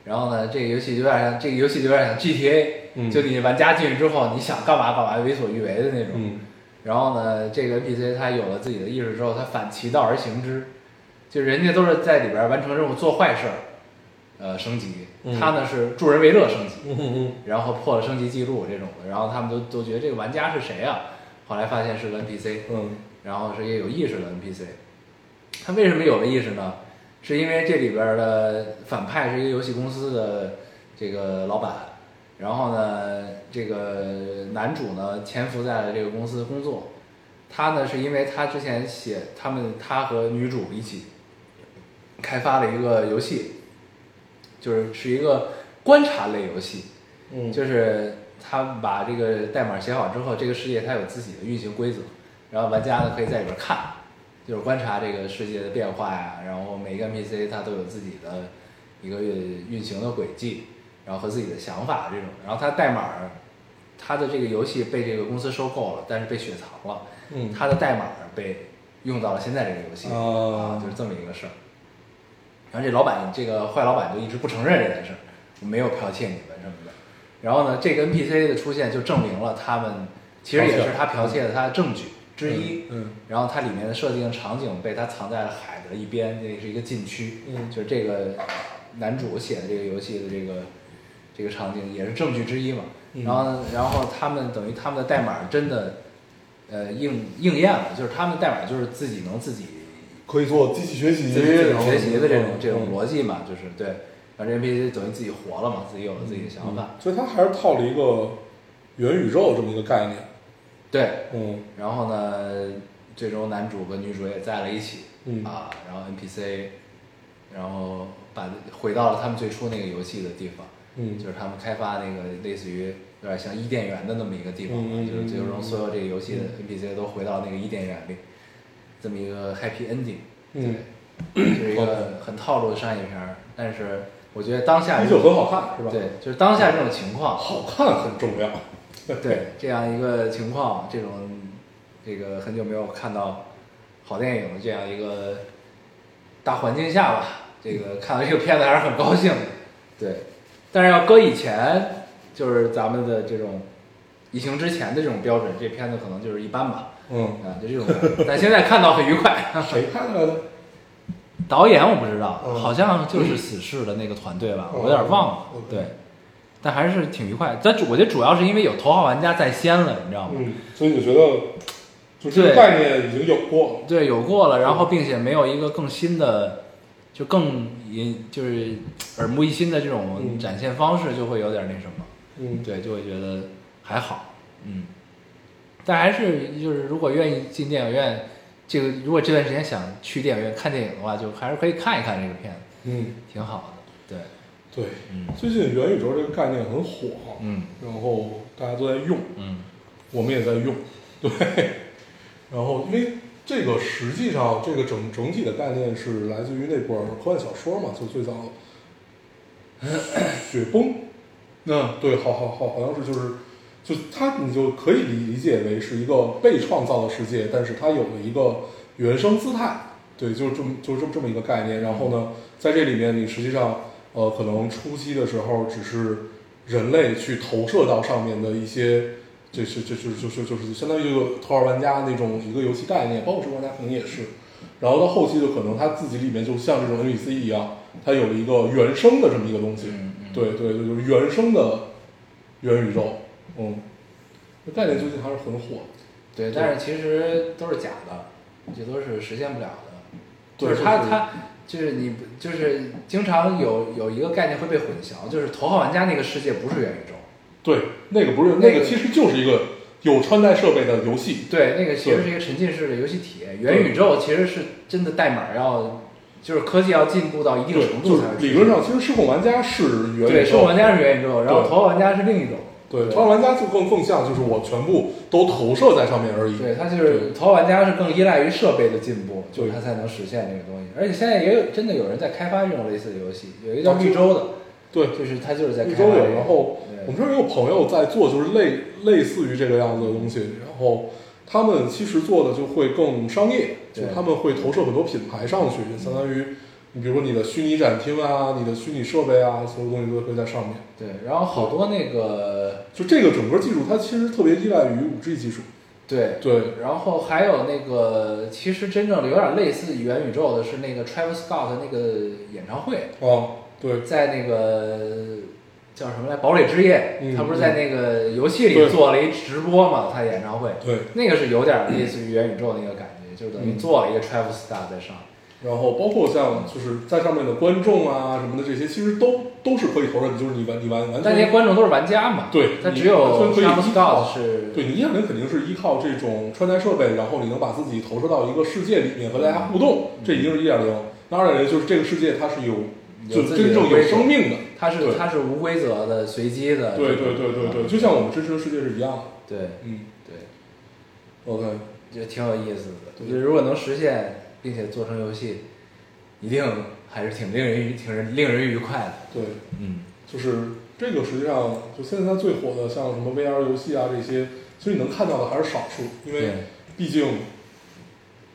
然后呢，这个游戏有点像这个游戏有点像 GTA，、嗯就你玩家进去之后，你想干嘛干嘛，为所欲为的那种。嗯然后呢，这个 NPC 他有了自己的意识之后，他反其道而行之，就人家都是在里边儿完成任务做坏事儿，呃，升级，嗯他呢是助人为乐升级，嗯嗯然后破了升级记录这种的，然后他们都都觉得这个玩家是谁啊？后来发现是个 NPC，嗯然后是一个有意识的 NPC。他为什么有了意识呢？是因为这里边的反派是一个游戏公司的这个老板，然后呢，这个男主呢潜伏在了这个公司工作。他呢是因为他之前写他们他和女主一起开发了一个游戏，就是是一个观察类游戏，嗯，就是他把这个代码写好之后，这个世界它有自己的运行规则，然后玩家呢可以在里边看，就是观察这个世界的变化呀，然后每个 NPC 它都有自己的一个运行的轨迹，然后和自己的想法这种，然后它代码。它的这个游戏被这个公司收购了，但是被雪藏了，嗯它的代码被用到了现在这个游戏里，啊就是这么一个事儿。然后这老板，这个坏老板就一直不承认这件事儿，我没有剽窃你们什么的。然后呢，这个 NPC 的出现就证明了他们其实也是他剽窃的他的证据之一。嗯然后它里面的设定场景被他藏在了海的一边，那是一个禁区。嗯就是这个男主写的这个游戏的这个这个场景也是证据之一嘛。嗯然后，然后他们等于他们的代码真的，呃，应应验了，就是他们代码就是自己能自己可以做机器学习，自己自己然后学习的这种嗯这种嗯逻辑嘛，就是对，然后这 NPC 等于自己活了嘛，自己有了自己的想法，所以它还是套了一个元宇宙这么一个概念。对，嗯然后呢，最终男主跟女主也在了一起，嗯啊，然后 NPC，然后把回到了他们最初那个游戏的地方，嗯就是他们开发那个类似于有点像伊甸园的那么一个地方嘛，嗯嗯嗯就是最终所有这个游戏的嗯 NPC 都回到那个伊甸园里，这么一个 happy ending， 嗯，对，是一个很套路的商业片儿，但是我觉得当下依旧很好看，是吧？，对，就是当下这种情况，好看很重要。对这样一个情况，这种这个很久没有看到好电影的这样一个大环境下吧，这个看到这个片子还是很高兴的。嗯对，但是要搁以前，就是咱们的这种疫情之前的这种标准，这片子可能就是一般吧，嗯，啊，就这种感觉。但现在看到很愉快，谁拍的来着？导演我不知道，嗯好像就是死侍的那个团队吧，嗯我有点忘了。嗯对，但还是挺愉快。但主我觉得主要是因为有头号玩家在先了，你知道吗？嗯，所以你觉得就这个对概念已经有过了，对，有过了，然嗯后并且没有一个更新的，就更引就是耳目一新的这种嗯展现方式，就会有点那什么。嗯，对，就会觉得还好，嗯。但还是就是，如果愿意进电影院，这个如果这段时间想去电影院看电影的话，就还是可以看一看这个片子，嗯，挺好的。对，对，嗯最近元宇宙这个概念很火，嗯然后大家都在用，嗯我们也在用， 对，然后因为这个实际上这个整整体的概念是来自于那本科幻小说嘛，就最早 雪崩，那对，好好好，好像是就是就它你就可以理解为是一个被创造的世界，但是它有了一个原生姿态，对，就这么就这么这么一个概念。然后呢，在这里面你实际上呃可能初期的时候只是人类去投射到上面的一些。这是这是就是就是相当于一个头号玩家那种一个游戏概念，包括生玩家可能也是。然后到后期就可能他自己里面就像这种 NPC 一样，他有了一个原生的这么一个东西。嗯嗯，对对对，就是原生的元宇宙，嗯，这概念最近还是很火。对。但是其实都是假的，这都是实现不了的。对就是他就是他就是你不就是经常有有一个概念会被混淆，就是头号玩家那个世界不是元宇宙，对，那个不是那个个，其实就是一个有穿戴设备的游戏。对，那个其实是一个沉浸式的游戏体验。元宇宙其实是真的代码要，就是科技要进步到一定对，程就度是才会出现。理论上，其实失控玩家是元对，宇生活宙，玩家是元宇宙，然后对头号玩家是另一种。对，超玩家就更更像就是我全部都投射在上面而已。对，它就是头号玩家是更依赖于设备的进步，就是它才能实现这个东西。而且现在也有真的有人在开发这种类似的游戏，有一啊个叫绿洲的，对，就是它就是在开一发周这有，个然后我对们这儿也有朋友在做，就是类类似于这个样子的东西，然后他们其实做的就会更商业，就对是他们会投射很多品牌上去，相当于你比如说你的虚拟展厅啊，你的虚拟设备啊，所有东西都会在上面。对，然后好多那个就这个整个技术，它其实特别依赖于五 G 技术。对。对，然后还有那个，其实真正有点类似于元宇宙的是那个 Travis Scott 的那个演唱会，啊，对，在那个叫什么来《堡垒之夜》嗯他不是在那个游戏里对做了一直播嘛，他演唱会，对， 那个是有点类似于元宇宙那个感觉，就是等于嗯做了一个 Travis Scott 在上。然后包括像就是在上面的观众啊什么的这些，其实都都是可以投射的，就是你完你完完但那些全。观众都是玩家嘛，嗯对他你只有完全可以 Travis 依靠 Scott 是，对，你依然肯定是依靠这种穿戴设备，然后你能把自己投射到一个世界里面和大家互动，这已经是一点零。那二点零就是这个世界它是有，有就自己的真正有规则生命的。他是对他是无规则的、随机的，对对对对对，就像我们真实的世界是一样的。对嗯对， ，OK，就挺有意思的。对就是如果能实现，并且做成游戏，一定还是挺令人愉挺人令人愉快的。对，嗯，就是这个实际上就现在最火的像什么 VR 游戏啊这些，其实你能看到的还是少数，因对为。毕竟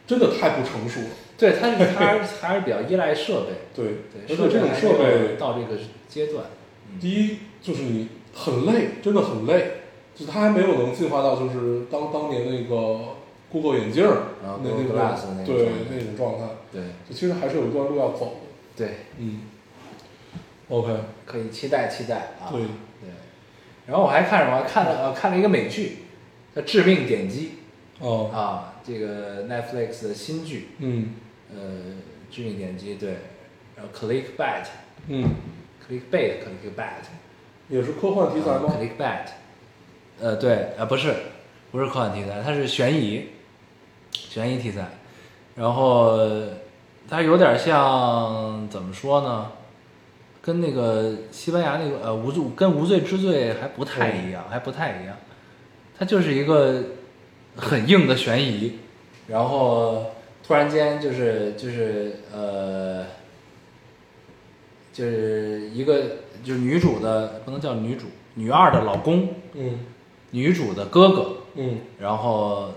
真的太不成熟了。对，它是它还是还是比较依赖设备，对，而对，且这种还设没有备到这个阶段，第一就是你很累，真的很累，就是它还没有能进化到就是当当年那个 Google 眼镜儿、啊那 Google 那 Glass 个那个对状态那种状态，对就其实还是有一段路要走的。对，嗯，OK，可以期待期待啊，对对然后我还看什么？看了呃看了一个美剧，叫《致命点击》哦，啊，这个 Netflix 的新剧，嗯呃，《致命点击》对，然后 Clickbait，Clickbait，Clickbait，Clickbait，、嗯，也是科幻题材吗？ Clickbait，呃，对，呃，不是，不是科幻题材，它是悬疑，悬疑题材，然后它有点像怎么说呢？跟那个西班牙那个呃无罪跟无罪之罪还不太一样，还不太一样，它就是一个很硬的悬疑，然后突然间就是就是呃，就是一个就是女主的不能叫女主，女二的老公，嗯女主的哥哥，嗯然后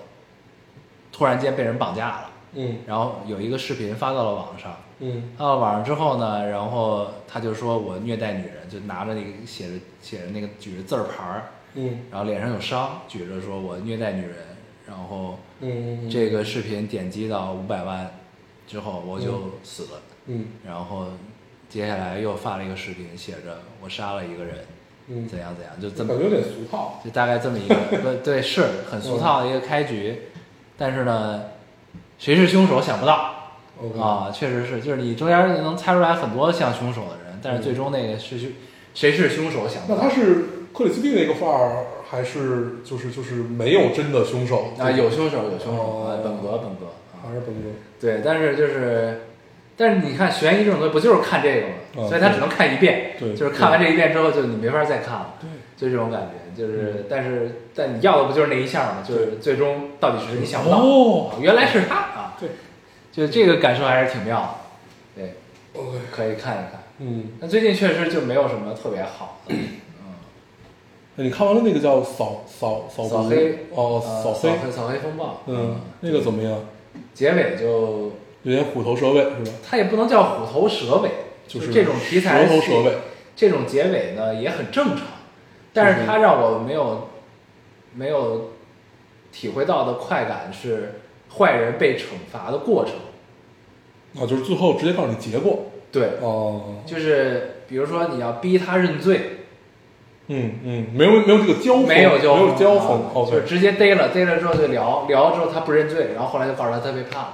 突然间被人绑架了，嗯然后有一个视频发到了网上，嗯发到网上之后呢，然后他就说我虐待女人，就拿着那个写着写着那个举着字儿牌儿，嗯然后脸上有伤，举着说我虐待女人，然后嗯嗯，这个视频点击到五百万，嗯之后我就死了，嗯然后接下来又发了一个视频，写着我杀了一个人，嗯，怎样怎样，就这感么觉有点俗套，就大概这么一 个，对对，是很俗嗯套的一个开局，但是呢，谁是凶手想不到 OK 啊，确实是，就是你中间能猜出来很多像凶手的人，但是最终那个是凶，谁是凶手想不嗯那到他是克里斯蒂那个范儿，还是就是就是没有真的凶手啊，有凶手，有凶手，啊，哦本格本格啊，还是本哥？对，但是就是，但是你看悬疑这种东西不就是看这个嗯吗？所以他只能看一遍，对就是看完这一遍之后就你没法再看了，对，嗯就这种感觉，就是但是但你要的不就是那一下吗？就是最终到底是你想不到。哦原来是他啊！对，就这个感受还是挺妙的，对， ，OK，可以看一看。嗯，那最近确实就没有什么特别好的，那你看完了那个叫扫扫扫扫毒黑哦，呃扫扫黑，黑扫黑风暴，嗯，那个怎么样？结尾就有点虎头蛇尾是吧？它也不能叫虎头蛇尾，就是这种题材蛇头蛇尾，这种结尾呢也很正常，但嗯是它让我没有没有体会到的快感是坏人被惩罚的过程，啊，就是最后直接告诉你结果对，哦，就是比如说你要逼他认罪。嗯嗯，没有没有这个交锋，没没有交有交锋啊哦就是，OK，直接逮了，逮了之后就聊，聊了之后他不认罪，然后后来就告诉他他被判了，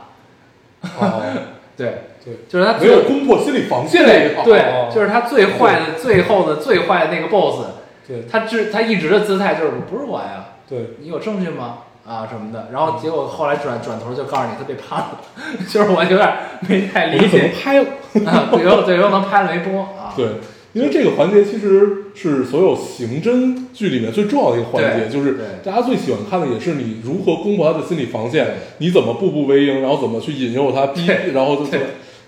哦， 对，对，就是他没最有攻破心理防线这一啊哦对套，对，就是是他最坏的、最后的、最坏的那个 boss，对他只他一直的姿态就是不是我呀，对，你有证据吗？啊什么的，然嗯后结果后来转转头就告诉你他被判了， 就是我有点没太我理们可能解，拍了。啊对，有对有可能拍了没播啊，对，因为这个环节其实是所有刑侦剧里面最重要的一个环节，对就是对大家最喜欢看的也是你如何攻破他的心理防线对，你怎么步步为营，然后怎么去引诱他，逼，对然后就对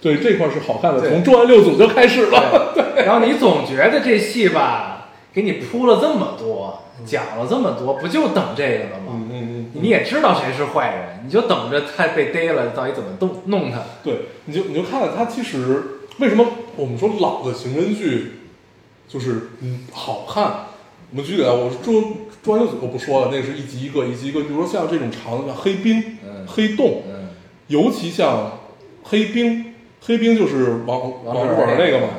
对这块是好看的，对从重案六组就开始了。对，然后你总觉得这戏吧，给你铺了这么多，讲了这么多，不就等这个了吗？嗯嗯嗯，你也知道谁是坏人，你就等着他被逮了，到底怎么弄弄他？对，你就你就看他其实为什么我们说老的刑侦剧就是嗯好看。我们举个例，我说中中央六组我不说了，那个是一集一个，一集一个。比如说像这种长的，像黑冰、嗯黑洞，嗯，尤其像黑冰，黑冰就是王王王志志文文那个那嘛个，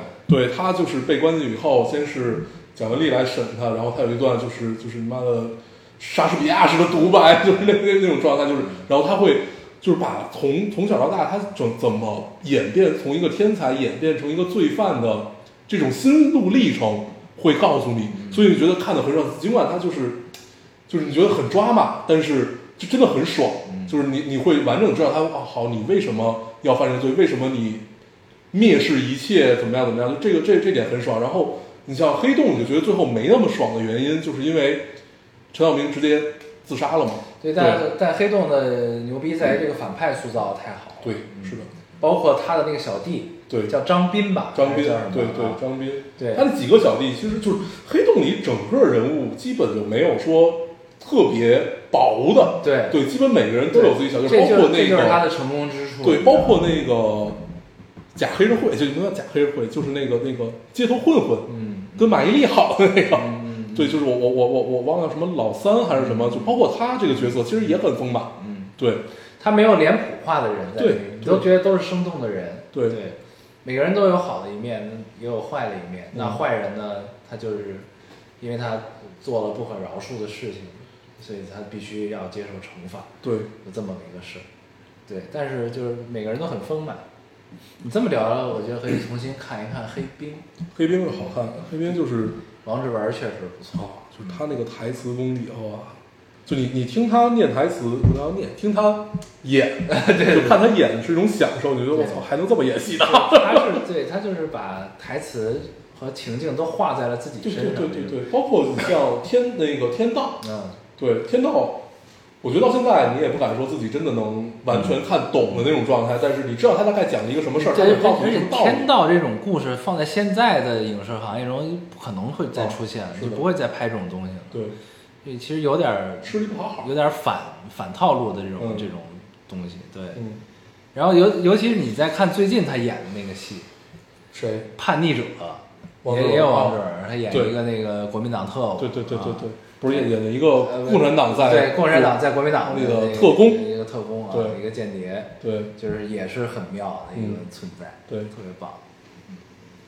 对他就是被关进以后，先是蒋雯丽来审他，然后他有一段就是就是妈的莎士比亚式的独白， 就是那那那种状态，就是然后他会就是把从从小到大他怎怎么演变从一个天才演变成一个罪犯的这种心路历程会告诉你，所以你觉得看的很爽，尽管他就是就是你觉得很抓马，但是就真的很爽，嗯就是你你会完整知道他啊，好，你为什么要犯这个罪，为什么你蔑视一切，怎么样怎么样，就这个这这点很爽。然后你像黑洞，你就觉得最后没那么爽的原因，就是因为陈晓明直接自杀了嘛。对，但但黑洞的牛逼在于这个反派塑造得太好，对，是的，包括他的那个小弟，对叫张斌吧，张还斌是叫什，么对啊对，张斌，对他的几个小弟，其实就是黑洞里整个人物基本就没有说特别薄的，对对，基本每个人都有自己小弟，这包就括是那这就是他个的成功之处，对，包括那个假黑社会，就你们叫假黑社会，就是那个那个街头混混，嗯，跟马伊琍好的那个，对，就是我我我我我忘了什么老三还是什么，就包括他这个角色其实也很丰满，嗯，对他没有脸谱化的人在里对面，你对都觉得都是生动的人，对对，每个人都有好的一面，也有坏的一面。嗯那坏人呢，他就是因为他做了不可饶恕的事情，所以他必须要接受惩罚，对，就这么一个事。对，但是就是每个人都很丰满。你这么聊了，我觉得可以重新看一看《黑冰》，黑冰是好看，黑冰就是王志文确实不错。啊，就是他那个台词功底后啊，就你你听他念台词，不要念，听他演， 就看他演是一种享受，你觉得我操还能这么演戏呢？他是对他就是把台词和情境都画在了自己对身对上。对对对，包括你像天那个天道，嗯，对天道，我觉得到现在你也不敢说自己真的能完全看懂的那种状态，但是你知道他大概讲了一个什么事儿，他嗯对，会告诉而你什且么道天理。道这种故事放在现在的影视行业中，不可能会再出现了，哦是就的不会再拍这种东西了。对，这其实有点儿吃力不讨好。有点儿反反套路的这种、嗯这种东西，对。嗯，然后尤尤其是你在看最近他演的那个戏谁《叛逆者》，王志也文也有王啊志文，他演对一个那个国民党特务，对对对对啊对，不是演演了一个共产党在呃对共产党在国民党那个那特工那个特工啊，对一个间谍，对就是也是很妙的一个存在，对特别棒，嗯，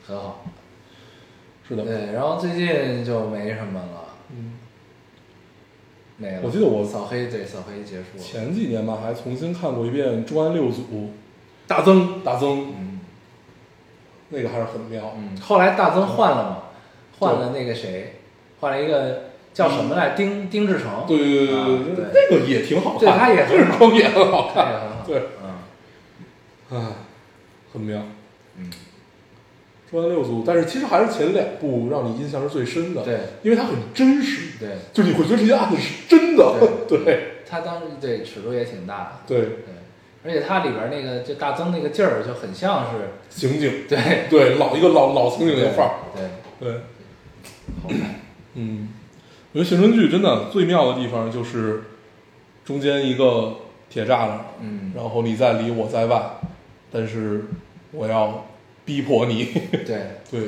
很好。是的，对，然后最近就没什么了，嗯，没了。我记得我扫黑，对扫黑结束了。前几年吧还重新看过一遍《重案六组》，大增，大增嗯那个还是很妙，嗯，后来大增换了嘛，换了那个谁，换了一个叫什么来，丁丁志成，嗯对对对啊对对，那个也挺好看，对他也很这装也很好他也看，很好，对，嗯唉，很妙。嗯，重案六组，但是其实还是前两部让你印象是最深的，对，因为它很真实，对，就是你会觉得这件案子是真的， 对他当时对尺度也挺大的，对，对，而且它里边那个就大增那个劲儿就很像是，刑警，对，对老一个老老刑警那范儿，对，对，好看，嗯，我觉得刑侦剧真的最妙的地方就是中间一个铁栅栏，嗯，然后你在里，我在外，但是我要逼迫你， 对对，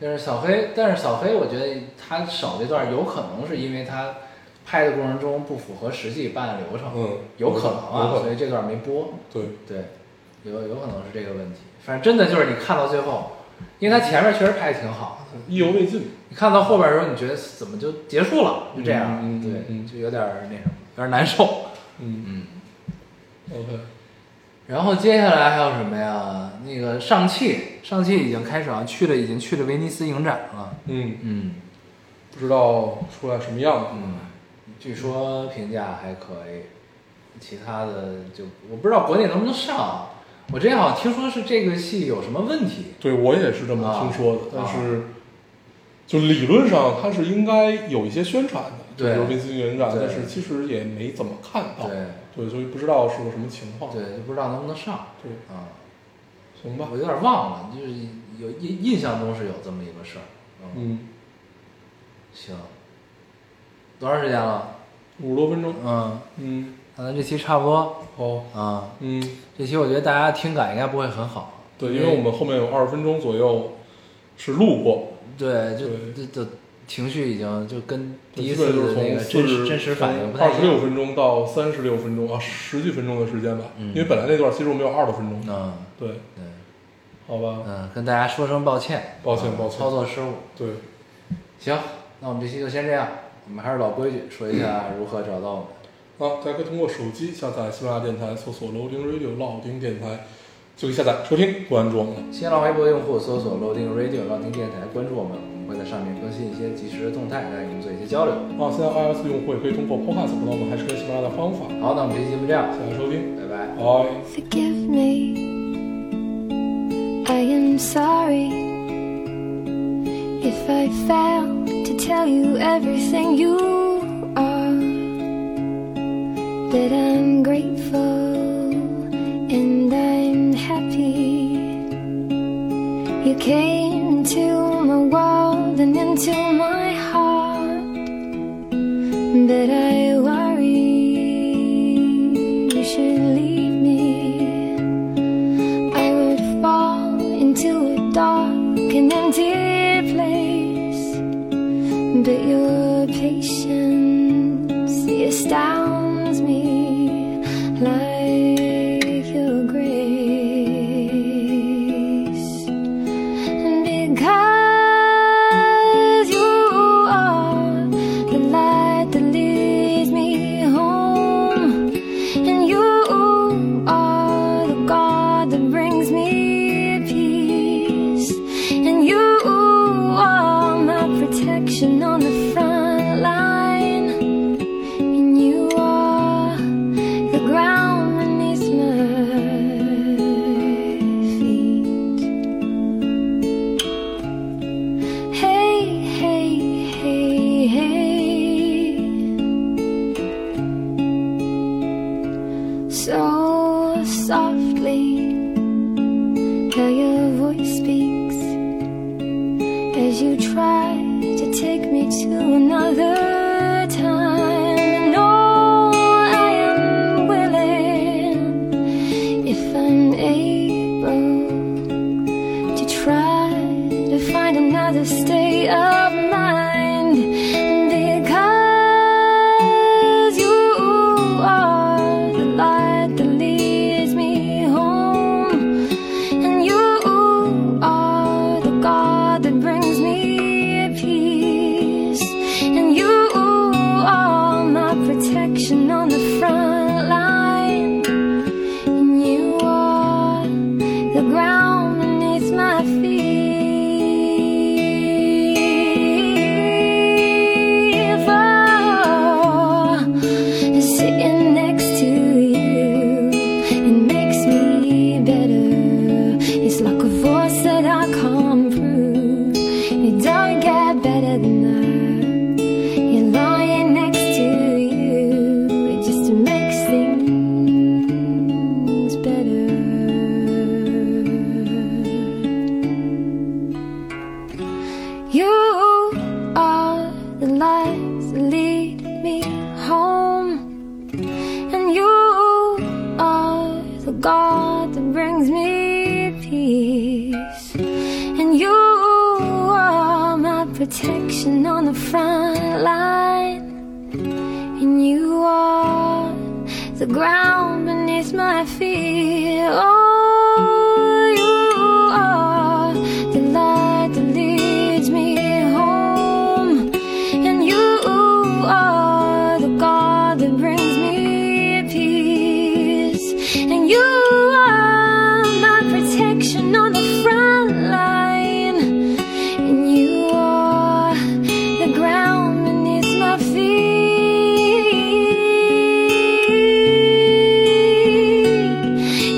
就是小黑，但是小黑，我觉得他少这段，有可能是因为他拍的过程中不符合实际办案流程，嗯有可能有可啊，能所以这段没播，对，对，有有可能是这个问题。反正真的就是你看到最后，因为他前面确实拍的挺好的，意犹未尽，你看到后边的时候，你觉得怎么就结束了，就这样，嗯嗯对，嗯就有点儿那什么，有点儿难受。嗯嗯， ，OK，然后接下来还有什么呀？那个上汽，上汽已经开始啊，去了已经去了威尼斯影展了，嗯，嗯。不知道出来什么样子，嗯，据说评价还可以，其他的就我不知道国内能不能上。我之前好像听说是这个戏有什么问题，对我也是这么听说的，啊但是。就理论上，它是应该有一些宣传的，对就是威斯汀影展，对但是其实也没怎么看到，对对，所以不知道是个什么情况，对，就不知道能不能上对，啊。行吧我，有点忘了，就是有印印象中是有这么一个事儿。嗯，嗯，行，多长时间了？五十多分钟，嗯，嗯，那咱这期差不多好，啊。嗯，这期我觉得大家听感应该不会很好，对，因为我们后面有二十分钟左右是路过，对，就对就就情绪已经就跟第一基次本就是的那从个四真十实真实反应不太二一十样。六分钟到三十六分钟啊，十几分钟的时间吧，嗯因为本来那段其实我们有二十分钟，嗯，对，对，好吧，嗯，跟大家说声抱歉，抱歉啊抱歉操作失误。对，行，那我们这期就先这样，我们还是老规矩，说一下如何找到我们。啊，大家可以通过手机下载喜马拉雅电台，搜索 Loading Radio 老丁电台，就可以下载收听，关注我们了。新浪微博用户搜索 Loading Radio 浪听电台，关注我们，我们会在上面更新一些即时的动态，带你们做一些交流。啊，现在 iOS 用户也可以通过 Podcast 找到我们，还是跟喜马拉雅的方法，好，那我们这期节目这样，下载收听，拜拜。拜。 Forgive me. I am sorry if I failed to tell you everything you are. That I'm grateful and I'm happy. You came to my world and into my heart. But I worry you should leave me. I would fall into a dark and empty place. But your patience astounds me like your grace. Because you are the light that leads me home, and you are the God that brings me peace, and you are my protection on the front line, and you are the ground beneath my feet. Hey, hey, hey, hey. So softly, how your voice speaks as you try to take me to another time. And oh, I am willing if I'm able to try to find another state of mind because you are the light God that brings me peace. And you are my protection on the front line. And you are the ground beneath my feet. Oh, you are the light that leads me home. And you are the God that brings me peace. And you are my protection on the front line. And you are the ground beneath my feet.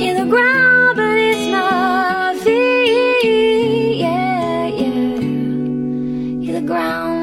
You're the ground beneath my feet. Yeah, yeah. You're the ground